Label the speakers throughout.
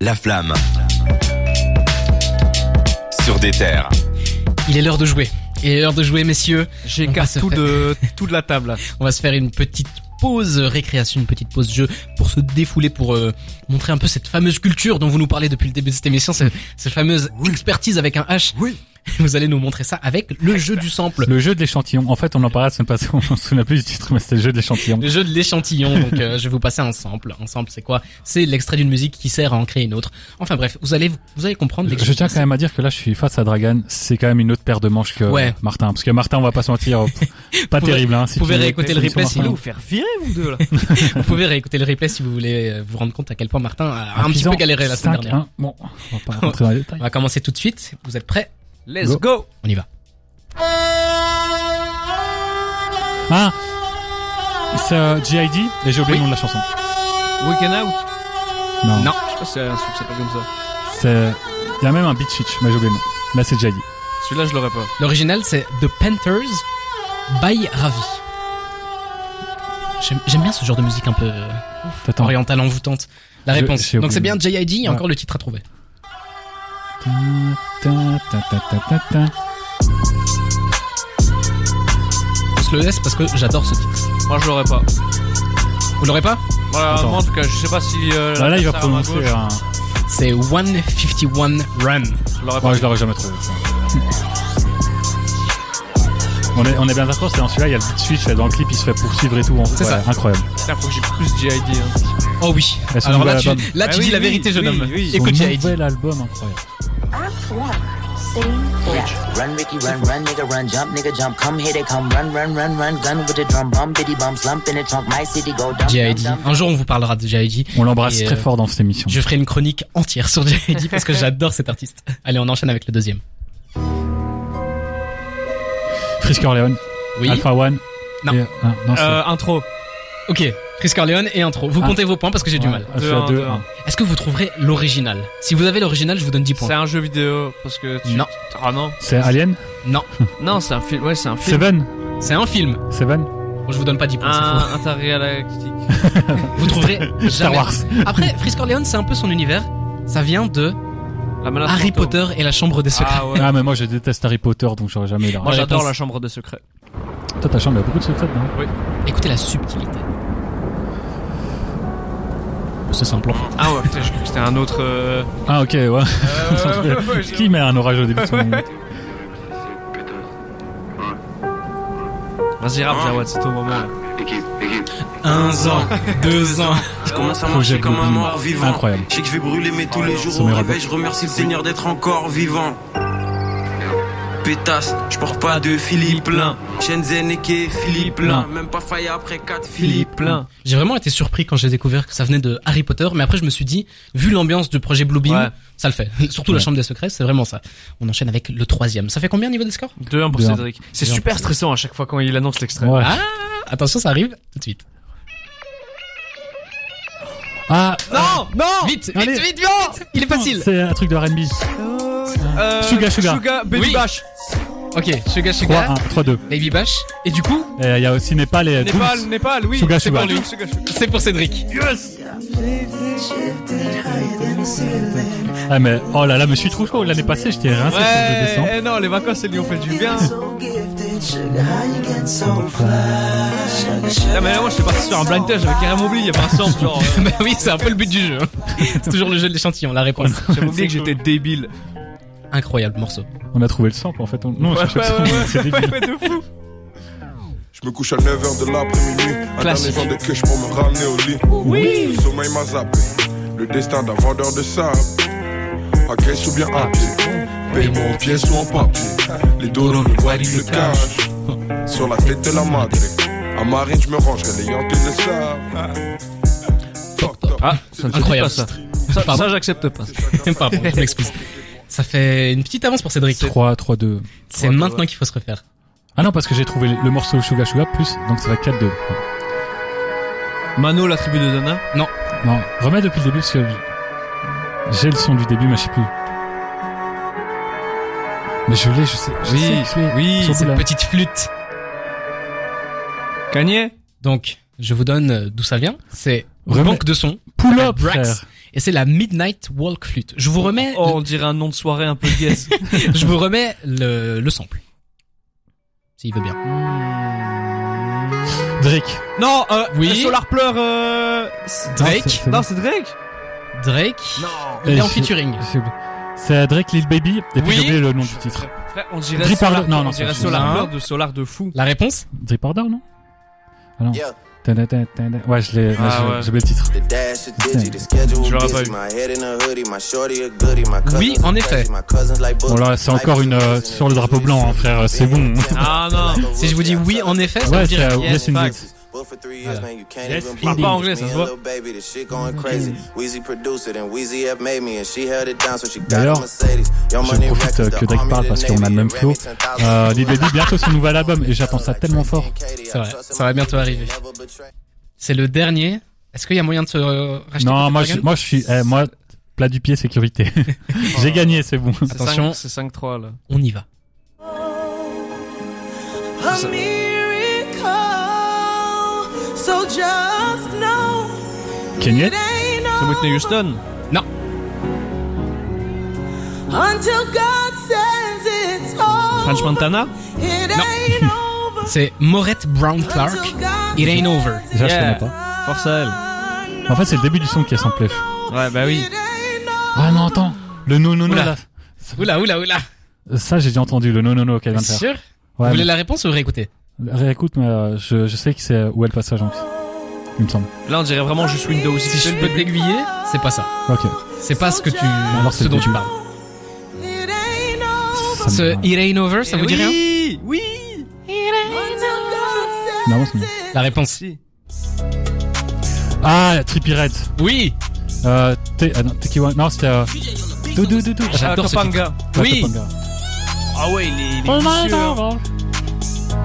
Speaker 1: La flamme. Sur des terres.
Speaker 2: Il est l'heure de jouer. Il est l'heure de jouer, messieurs.
Speaker 3: J'écarte
Speaker 2: On va se
Speaker 3: tout de, tout de la table. là.
Speaker 2: On va se faire une petite pause récréation, une petite pause jeu pour se défouler, pour euh, montrer un peu cette fameuse culture dont vous nous parlez depuis le début de cette émission, cette, cette fameuse expertise avec un H.
Speaker 3: Oui.
Speaker 2: Vous allez nous montrer ça avec le jeu du sample.
Speaker 4: Le jeu de l'échantillon. En fait, on en parlait la semaine passée, on s'en souvient plus du titre, mais c'était le jeu de l'échantillon.
Speaker 2: Le jeu de l'échantillon, donc euh, je vais vous passer un sample. Un sample, c'est quoi C'est l'extrait d'une musique qui sert à en créer une autre. Enfin bref, vous allez vous allez comprendre.
Speaker 4: Je tiens quand même à dire que là, je suis face à Dragan. C'est quand même une autre paire de manches que
Speaker 2: Ouais.
Speaker 4: Martin. Parce que Martin, on va pas se mentir, pff, pas
Speaker 2: Vous pouvez-
Speaker 4: terrible. Hein, si
Speaker 2: vous pouvez
Speaker 4: tu veux
Speaker 2: réécouter le
Speaker 4: écouter
Speaker 2: replay
Speaker 4: sur
Speaker 2: si
Speaker 3: Vous allez
Speaker 4: Martin.
Speaker 3: vous faire virer, vous deux, là.
Speaker 2: Vous pouvez réécouter le replay si vous voulez euh, vous rendre compte à quel point Martin a un, petit
Speaker 4: Artisan,
Speaker 2: peu galéré la semaine
Speaker 4: 5,
Speaker 2: dernière.
Speaker 4: 1. Bon, on va pas rentrer dans les détails.
Speaker 2: On va commencer tout de suite. Vous êtes prêts
Speaker 3: Let's go.
Speaker 2: On y va.
Speaker 4: Hein C'est euh, G.I.D. et j'ai oublié le nom de la chanson.
Speaker 3: Weekend out.
Speaker 4: Non.
Speaker 2: Non.
Speaker 3: Je sais pas si c'est un truc qui s'appelle comme ça.
Speaker 4: C'est... Il y a même un beat switch, mais j'ai oublié le nom. Là, c'est G.I.D.
Speaker 3: Celui-là, je l'aurais pas.
Speaker 2: L'original, c'est The Panthers by Ravi. J'aime- J'aime bien ce genre de musique un peu euh,
Speaker 4: Attends.
Speaker 2: orientale, envoûtante. La
Speaker 4: Je-
Speaker 2: réponse.
Speaker 4: j'ai
Speaker 2: Donc c'est
Speaker 4: oublié.
Speaker 2: bien J.I.D. et
Speaker 4: Ouais.
Speaker 2: encore le titre à trouver.
Speaker 4: Ta, ta, ta, ta, ta, ta.
Speaker 2: On se le laisse parce que j'adore ce titre.
Speaker 3: Moi, je l'aurais pas.
Speaker 2: Vous l'aurez pas
Speaker 3: Voilà,
Speaker 4: Attends. Bah,
Speaker 3: moi, en tout cas, je sais pas si. Euh,
Speaker 4: Là, là, il va
Speaker 3: ça à ma
Speaker 4: prononcer hein.
Speaker 3: gauche,
Speaker 4: un...
Speaker 2: C'est 151 Run.
Speaker 3: Je l'aurais pas.
Speaker 4: Moi, je l'aurais jamais trouvé. ça. On est, on est bien d'accord, c'est dans celui-là, il y a le beat switch, dans le clip, il se fait poursuivre et tout. en-
Speaker 2: C'est
Speaker 4: ouais,
Speaker 2: ça.
Speaker 4: Incroyable.
Speaker 3: Putain, faut que j'ai plus JID. Hein.
Speaker 2: Oh oui.
Speaker 4: Et son
Speaker 2: Alors là, tu,
Speaker 4: nouvel album.
Speaker 2: là, tu
Speaker 3: Ah oui,
Speaker 2: dis la
Speaker 3: oui,
Speaker 2: vérité, jeune
Speaker 3: oui,
Speaker 2: homme.
Speaker 3: oui.
Speaker 2: Écoute
Speaker 4: Son
Speaker 2: J.I.D.
Speaker 4: nouvel album incroyable.
Speaker 5: Act one, scene three.
Speaker 6: Run, Ricky, run, run, nigga, run, jump, nigga, jump. Come here, they come. Run, run, run, run, gun with the drum, bum, bitty, bum, slump in the trunk. My city go dumb, dumb,
Speaker 2: J.I.D.
Speaker 6: dumb.
Speaker 2: Un jour, on vous parlera de J.I.D.
Speaker 4: On l'embrasse
Speaker 2: Et, euh,
Speaker 4: très fort dans cette émission.
Speaker 2: Je ferai une chronique entière sur J.I.D. parce que j'adore cet artiste. Allez, on enchaîne avec le deuxième.
Speaker 4: Frisk Orleans,
Speaker 2: Oui.
Speaker 4: Alpha One.
Speaker 2: Non.
Speaker 4: et- non, non, c'est-
Speaker 3: Euh, intro.
Speaker 2: Ok. Chris Corleone et intro. Vous
Speaker 4: Ah.
Speaker 2: comptez vos points parce que j'ai du
Speaker 4: Ouais,
Speaker 2: mal.
Speaker 4: ah, c'est
Speaker 3: Deux,
Speaker 4: à
Speaker 3: un,
Speaker 4: deux,
Speaker 3: deux,
Speaker 4: un.
Speaker 3: un.
Speaker 2: Est-ce que vous trouverez l'original Si vous avez l'original, je vous donne 10
Speaker 3: C'est
Speaker 2: points.
Speaker 3: un jeu vidéo parce que. Tu...
Speaker 2: Non.
Speaker 3: Ah non.
Speaker 4: C'est Alien
Speaker 2: Non,
Speaker 3: Non, c'est un film. Ouais, c'est un film.
Speaker 4: Seven
Speaker 2: c'est un film.
Speaker 4: Seven
Speaker 2: Bon, je vous donne pas 10 points, Ah, c'est
Speaker 3: Un intergalactique.
Speaker 2: faux. Vous trouverez
Speaker 4: Star
Speaker 2: jamais.
Speaker 4: Wars.
Speaker 2: Après, Frisk Corleone, c'est un peu son univers. Ça vient de
Speaker 3: La menace
Speaker 2: Harry
Speaker 3: fantôme.
Speaker 2: Potter et la Chambre des secrets.
Speaker 3: Ah ouais.
Speaker 4: Ah, mais moi je déteste Harry Potter donc j'aurais jamais eu la
Speaker 3: Moi,
Speaker 2: Ouais,
Speaker 3: j'adore
Speaker 2: réponse.
Speaker 3: la chambre des secrets.
Speaker 4: Toi, ta chambre, il y a beaucoup de secrets non
Speaker 2: Écoutez la subtilité. C'est simple. en fait.
Speaker 3: Ah ouais, putain, j'ai cru que c'était un autre. euh,
Speaker 4: Ah, ok, ouais.
Speaker 2: Euh,
Speaker 4: Qui met un orage au début de son nom
Speaker 3: Vas-y, rap, Jawad, c'est ton moment. là.
Speaker 2: Un an, deux ans.
Speaker 7: Je commence à
Speaker 4: Projet
Speaker 7: marcher comme un
Speaker 4: Goblin.
Speaker 7: mort vivant.
Speaker 4: Incroyable.
Speaker 7: Je sais que je vais brûler, mais tous les jours au
Speaker 4: Sommet
Speaker 7: réveil,
Speaker 4: Robert.
Speaker 7: je remercie le Seigneur d'être encore vivant. Pétasse, je porte pas de Philippe Lin. Shenzhen et Kay, Philippe Lin. Même pas failli après 4 Philippe Lin.
Speaker 3: Plein.
Speaker 2: J'ai vraiment été surpris quand j'ai découvert que ça venait de Harry Potter, mais après je me suis dit, vu l'ambiance du projet Bluebeam,
Speaker 3: Ouais.
Speaker 2: ça le fait. Surtout la
Speaker 4: Ouais.
Speaker 2: Chambre des Secrets, c'est vraiment ça. On enchaîne avec le troisième. Ça fait combien au niveau des scores
Speaker 3: 2-1 pour
Speaker 4: Deux, un.
Speaker 3: Cédric. C'est
Speaker 2: Deux, un.
Speaker 3: super stressant à chaque fois quand il annonce l'extrait.
Speaker 4: Ouais.
Speaker 2: Ah, attention, ça arrive tout de suite.
Speaker 4: Ah,
Speaker 3: Non, non
Speaker 2: Vite, vite,
Speaker 4: allez.
Speaker 2: vite, vite, Il est facile.
Speaker 4: c'est un truc de RB.
Speaker 3: Euh,
Speaker 4: Suga, Suga.
Speaker 3: Baby
Speaker 2: Oui.
Speaker 3: Bash.
Speaker 2: Ok, Suga Suga,
Speaker 4: 3, 1, 3, 2.
Speaker 2: Baby Bash. Et du coup,
Speaker 4: Et Il y a aussi Népal et
Speaker 3: Népal,
Speaker 4: Tools.
Speaker 3: Népal, oui.
Speaker 4: Suga,
Speaker 3: c'est
Speaker 4: Suga.
Speaker 3: pour lui. Suga, Suga.
Speaker 2: c'est pour Cédric.
Speaker 4: Ah, mais oh là là, mais je suis trop chaud. L'année passée, j'étais rincé le 2
Speaker 3: Ouais,
Speaker 4: décembre.
Speaker 3: eh non, les vacances, elles lui ont fait du bien. Ah, mais là, moi, je suis parti sur un blind test, j'avais carrément oublié, il y avait un sample, genre. euh,
Speaker 2: bah oui, c'est un peu le but du jeu. hein. c'est toujours le jeu de l'échantillon, la réponse.
Speaker 3: J'avais oublié que j'étais débile.
Speaker 2: Incroyable morceau.
Speaker 4: On a trouvé le sample en fait. On... Non, on cherchait le sample, mais c'est débile.
Speaker 3: ouais, de fou.
Speaker 8: Je me couche à 9h de l'après-midi. Un dernier
Speaker 3: Classique.
Speaker 8: vent de queues pour me ramener au lit. Oui. Le sommeil m'a zappé. Le destin d'un vendeur de sable. À caisse ou bien à pied. Paye-moi en pièces ou en papier. Les dos dans le bois, ils le cachent. Sur la tête de la madre. À Marine, je me rangerai les yantés de
Speaker 4: Ah.
Speaker 8: sable. Fucked up.
Speaker 3: Ah, ça me
Speaker 2: Incroyable.
Speaker 3: fait pas ça. Ça,
Speaker 2: Pardon.
Speaker 3: ça, j'accepte pas.
Speaker 2: Pardon, je m'excuse. Ça fait une petite avance pour Cédric.
Speaker 4: 3, 3, 2.
Speaker 2: C'est maintenant qu'il faut se refaire.
Speaker 4: Ah non, parce que j'ai trouvé le morceau Suga Suga plus, donc ça va 4, 2.
Speaker 3: Mano, la tribu de Dana.
Speaker 4: Non, remets depuis le début parce que j'ai le son du début, mais je sais plus. Mais je l'ai, je sais. Je
Speaker 3: Oui,
Speaker 4: sais que je l'ai.
Speaker 3: oui,
Speaker 4: Surtout
Speaker 2: Cette
Speaker 4: là.
Speaker 2: petite flûte.
Speaker 3: Kanye.
Speaker 2: Donc, je vous donne euh, d'où ça vient. C'est
Speaker 4: Remets-
Speaker 2: banque de son.
Speaker 4: Pull up,
Speaker 2: Brax.
Speaker 4: frère.
Speaker 2: et c'est la Midnight Walk Flute. Je vous remets,
Speaker 3: Oh, on dirait un nom de soirée un peu guess.
Speaker 2: je vous remets le, le sample. S'il veut bien.
Speaker 4: Drake.
Speaker 3: non, euh,
Speaker 2: Oui.
Speaker 3: Solar Pleur. Euh... c'est-
Speaker 4: Non,
Speaker 2: Drake,
Speaker 4: c'est-
Speaker 3: Non, c'est Drake.
Speaker 2: Drake,
Speaker 7: Non.
Speaker 2: il est
Speaker 4: Euh,
Speaker 2: en
Speaker 4: je-
Speaker 2: featuring.
Speaker 4: je sais pas. C'est Drake Lil Baby, et puis
Speaker 2: Oui.
Speaker 4: j'ai oublié le nom du titre.
Speaker 3: Frère, on dirait
Speaker 4: Drip
Speaker 3: Solar,
Speaker 4: Order- non,
Speaker 3: on
Speaker 4: non,
Speaker 3: dirait
Speaker 4: c'est-
Speaker 3: Solar
Speaker 2: non.
Speaker 3: Pleur de Solar de fou.
Speaker 2: La réponse
Speaker 4: Drip Order, non Ah non.
Speaker 1: Yeah.
Speaker 4: Tada, tada, tada. Ouais, je l'ai, là,
Speaker 3: Ah,
Speaker 4: j'ai-
Speaker 3: ouais.
Speaker 4: j'ai oublié le titre.
Speaker 1: The dash, the digi, the schedule
Speaker 3: Je l'aurais pas
Speaker 1: busy.
Speaker 3: eu.
Speaker 1: My head in a hoodie, my shorty a goodie, my cousins
Speaker 2: Oui,
Speaker 1: are
Speaker 2: en
Speaker 1: crazy,
Speaker 2: effet.
Speaker 1: my cousins like
Speaker 4: Bon là, c'est encore une euh, sur le drapeau blanc, hein, frère, c'est bon.
Speaker 3: Ah non.
Speaker 2: Si je vous dis oui, en effet, ça
Speaker 4: Ouais,
Speaker 2: veut dire
Speaker 4: c'est, euh,
Speaker 2: yes,
Speaker 4: yes, indeed.
Speaker 2: fact.
Speaker 4: Yes,
Speaker 3: parle pas anglais, ça se voit.
Speaker 4: D'ailleurs, je profite euh, que Drake parle parce qu'on a le même flow. Euh, Lil Baby, bientôt son nouvel album, et j'attends ça tellement fort.
Speaker 1: C'est
Speaker 2: vrai, ça va bientôt arriver. C'est le dernier. Est-ce qu'il y a moyen de se euh, racheter
Speaker 4: Non,
Speaker 2: Peter
Speaker 4: moi,
Speaker 2: Dragon
Speaker 4: je, moi, je suis, eh, moi, plat du pied, sécurité. J'ai gagné, c'est bon.
Speaker 3: C'est
Speaker 2: Attention.
Speaker 3: cinq- C'est 5-3 là.
Speaker 2: On y va.
Speaker 9: a miracle. So just know
Speaker 4: Kenny
Speaker 9: it ain't
Speaker 3: C'est Whitney
Speaker 9: over
Speaker 3: Houston.
Speaker 9: until God says it's over.
Speaker 3: French Montana.
Speaker 9: It ain't over
Speaker 2: C'est Maurette Brown Clark.
Speaker 9: until God
Speaker 2: It ain't over.
Speaker 4: Déjà, je
Speaker 3: Yeah.
Speaker 4: connais pas.
Speaker 3: Force à
Speaker 4: En fait, c'est le début du son qui est sans plef.
Speaker 3: elle. Ouais, bah oui.
Speaker 9: It ain't over.
Speaker 4: Ah non, attends. Le non, non, non,
Speaker 2: Oula.
Speaker 4: là.
Speaker 2: Oula, oula, oula.
Speaker 4: Ça, j'ai déjà entendu, le non, non, non qu'elle vient de
Speaker 2: C'est
Speaker 4: faire.
Speaker 2: sûr Vous
Speaker 4: Ouais,
Speaker 2: voulez la réponse ou réécouter
Speaker 4: mais- réécoute, mais euh, je, je sais que c'est où est le passage, en plus. Il me semble.
Speaker 3: Là, on dirait vraiment juste Windows.
Speaker 2: Si je peux t'aiguiller, c'est pas ça.
Speaker 4: Ok.
Speaker 2: C'est pas ce que tu,
Speaker 4: Ah, alors
Speaker 2: ce
Speaker 4: c'est
Speaker 2: dont
Speaker 4: le
Speaker 2: tu
Speaker 4: début.
Speaker 2: parles.
Speaker 9: It ain't over
Speaker 4: Ça me
Speaker 2: Ce
Speaker 4: parle.
Speaker 2: It ain't over, ça vous dit rien
Speaker 3: Eh Oui, oui.
Speaker 9: until God says
Speaker 4: Non, c'est mieux.
Speaker 2: La réponse.
Speaker 3: Si.
Speaker 4: Ah, Trippy Red.
Speaker 2: Oui.
Speaker 4: Euh, T- ah non, Take One. Non, c'était. Euh... Dou, dou, dou, dou.
Speaker 2: J'adore ce titre.
Speaker 3: Topanga.
Speaker 2: Oui.
Speaker 4: Topanga.
Speaker 3: Ah ouais, il est, il est vicieux, hein.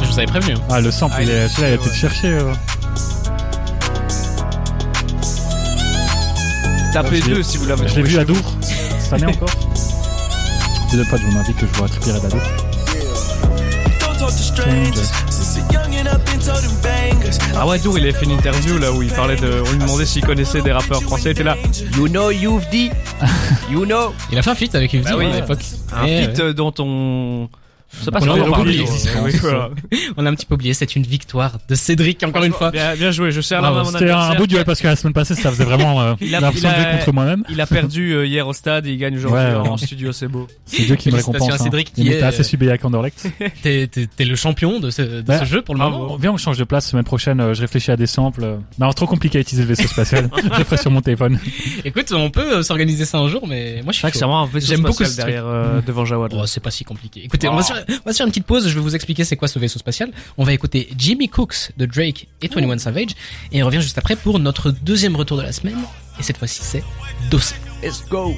Speaker 2: Je vous avais prévenu. hein.
Speaker 4: Ah, le sample,
Speaker 3: Ah,
Speaker 4: il
Speaker 3: il
Speaker 4: est.
Speaker 3: est
Speaker 4: Celui-là, il a
Speaker 3: vicieux,
Speaker 4: été cherché. euh.
Speaker 3: Tapez
Speaker 4: Je l'ai-
Speaker 3: deux si vous l'avez
Speaker 4: Je l'ai
Speaker 3: trouvé.
Speaker 4: vu à Dour. Cette année encore. C'est deux fois que je m'invite que je vois Trippy Red à Dour.
Speaker 3: Ah ouais, Dour, il avait fait une interview là où il parlait de. On lui demandait s'il connaissait des rappeurs français. Il était là. You know, you've dit. You know.
Speaker 2: Il a fait un feat avec Yves
Speaker 3: Bah oui.
Speaker 2: à l'époque.
Speaker 3: Un
Speaker 2: Eh,
Speaker 3: feat euh, dans ton. Je sais pas
Speaker 2: On
Speaker 3: si
Speaker 2: en
Speaker 3: on
Speaker 2: parle,
Speaker 3: parle.
Speaker 2: il existe. ouais. On a un petit peu oublié, c'est une victoire de Cédric, encore une fois.
Speaker 3: Bien, bien joué, je sers la
Speaker 2: Bravo,
Speaker 3: main à mon
Speaker 4: C'était un
Speaker 3: adversaire.
Speaker 4: beau duel parce que la semaine passée, ça faisait vraiment. euh,
Speaker 3: Il a-
Speaker 4: l'impression de
Speaker 3: il a-
Speaker 4: jouer contre moi-même.
Speaker 3: Il a perdu euh, hier au stade et il gagne aujourd'hui
Speaker 4: Ouais, ouais.
Speaker 3: en studio, c'est beau.
Speaker 4: C'est Dieu qui me
Speaker 2: Félicitations
Speaker 4: récompense.
Speaker 2: à Cédric
Speaker 4: hein.
Speaker 2: qui
Speaker 4: Il
Speaker 2: est,
Speaker 4: était
Speaker 2: euh,
Speaker 4: assez subéac en Dorlex.
Speaker 2: T'es t'es- t'es le champion de ce, de
Speaker 4: Bah,
Speaker 2: ce jeu pour le moment.
Speaker 4: Viens, on change de place semaine prochaine. euh, Je réfléchis à des samples. euh. Non, c'est trop compliqué à utiliser le vaisseau spatial. je le ferai sur mon téléphone.
Speaker 2: Écoute, on peut euh, s'organiser ça un jour, mais moi je
Speaker 3: C'est
Speaker 2: suis chaud.
Speaker 3: vrai que c'est vraiment un vaisseau
Speaker 2: J'aime beaucoup
Speaker 3: spatial
Speaker 2: ce truc.
Speaker 3: derrière, euh, devant Jawad. là.
Speaker 2: Oh, c'est pas si compliqué. Écoutez, on, va se faire, on va se faire une petite pause. Je vais vous expliquer c'est quoi ce vaisseau spatial. On va écouter Jimmy Cooks de Drake et 21 Savage. Et on revient juste après pour notre deuxième retour de la semaine. Et cette fois-ci, c'est Dossé.
Speaker 3: Let's go.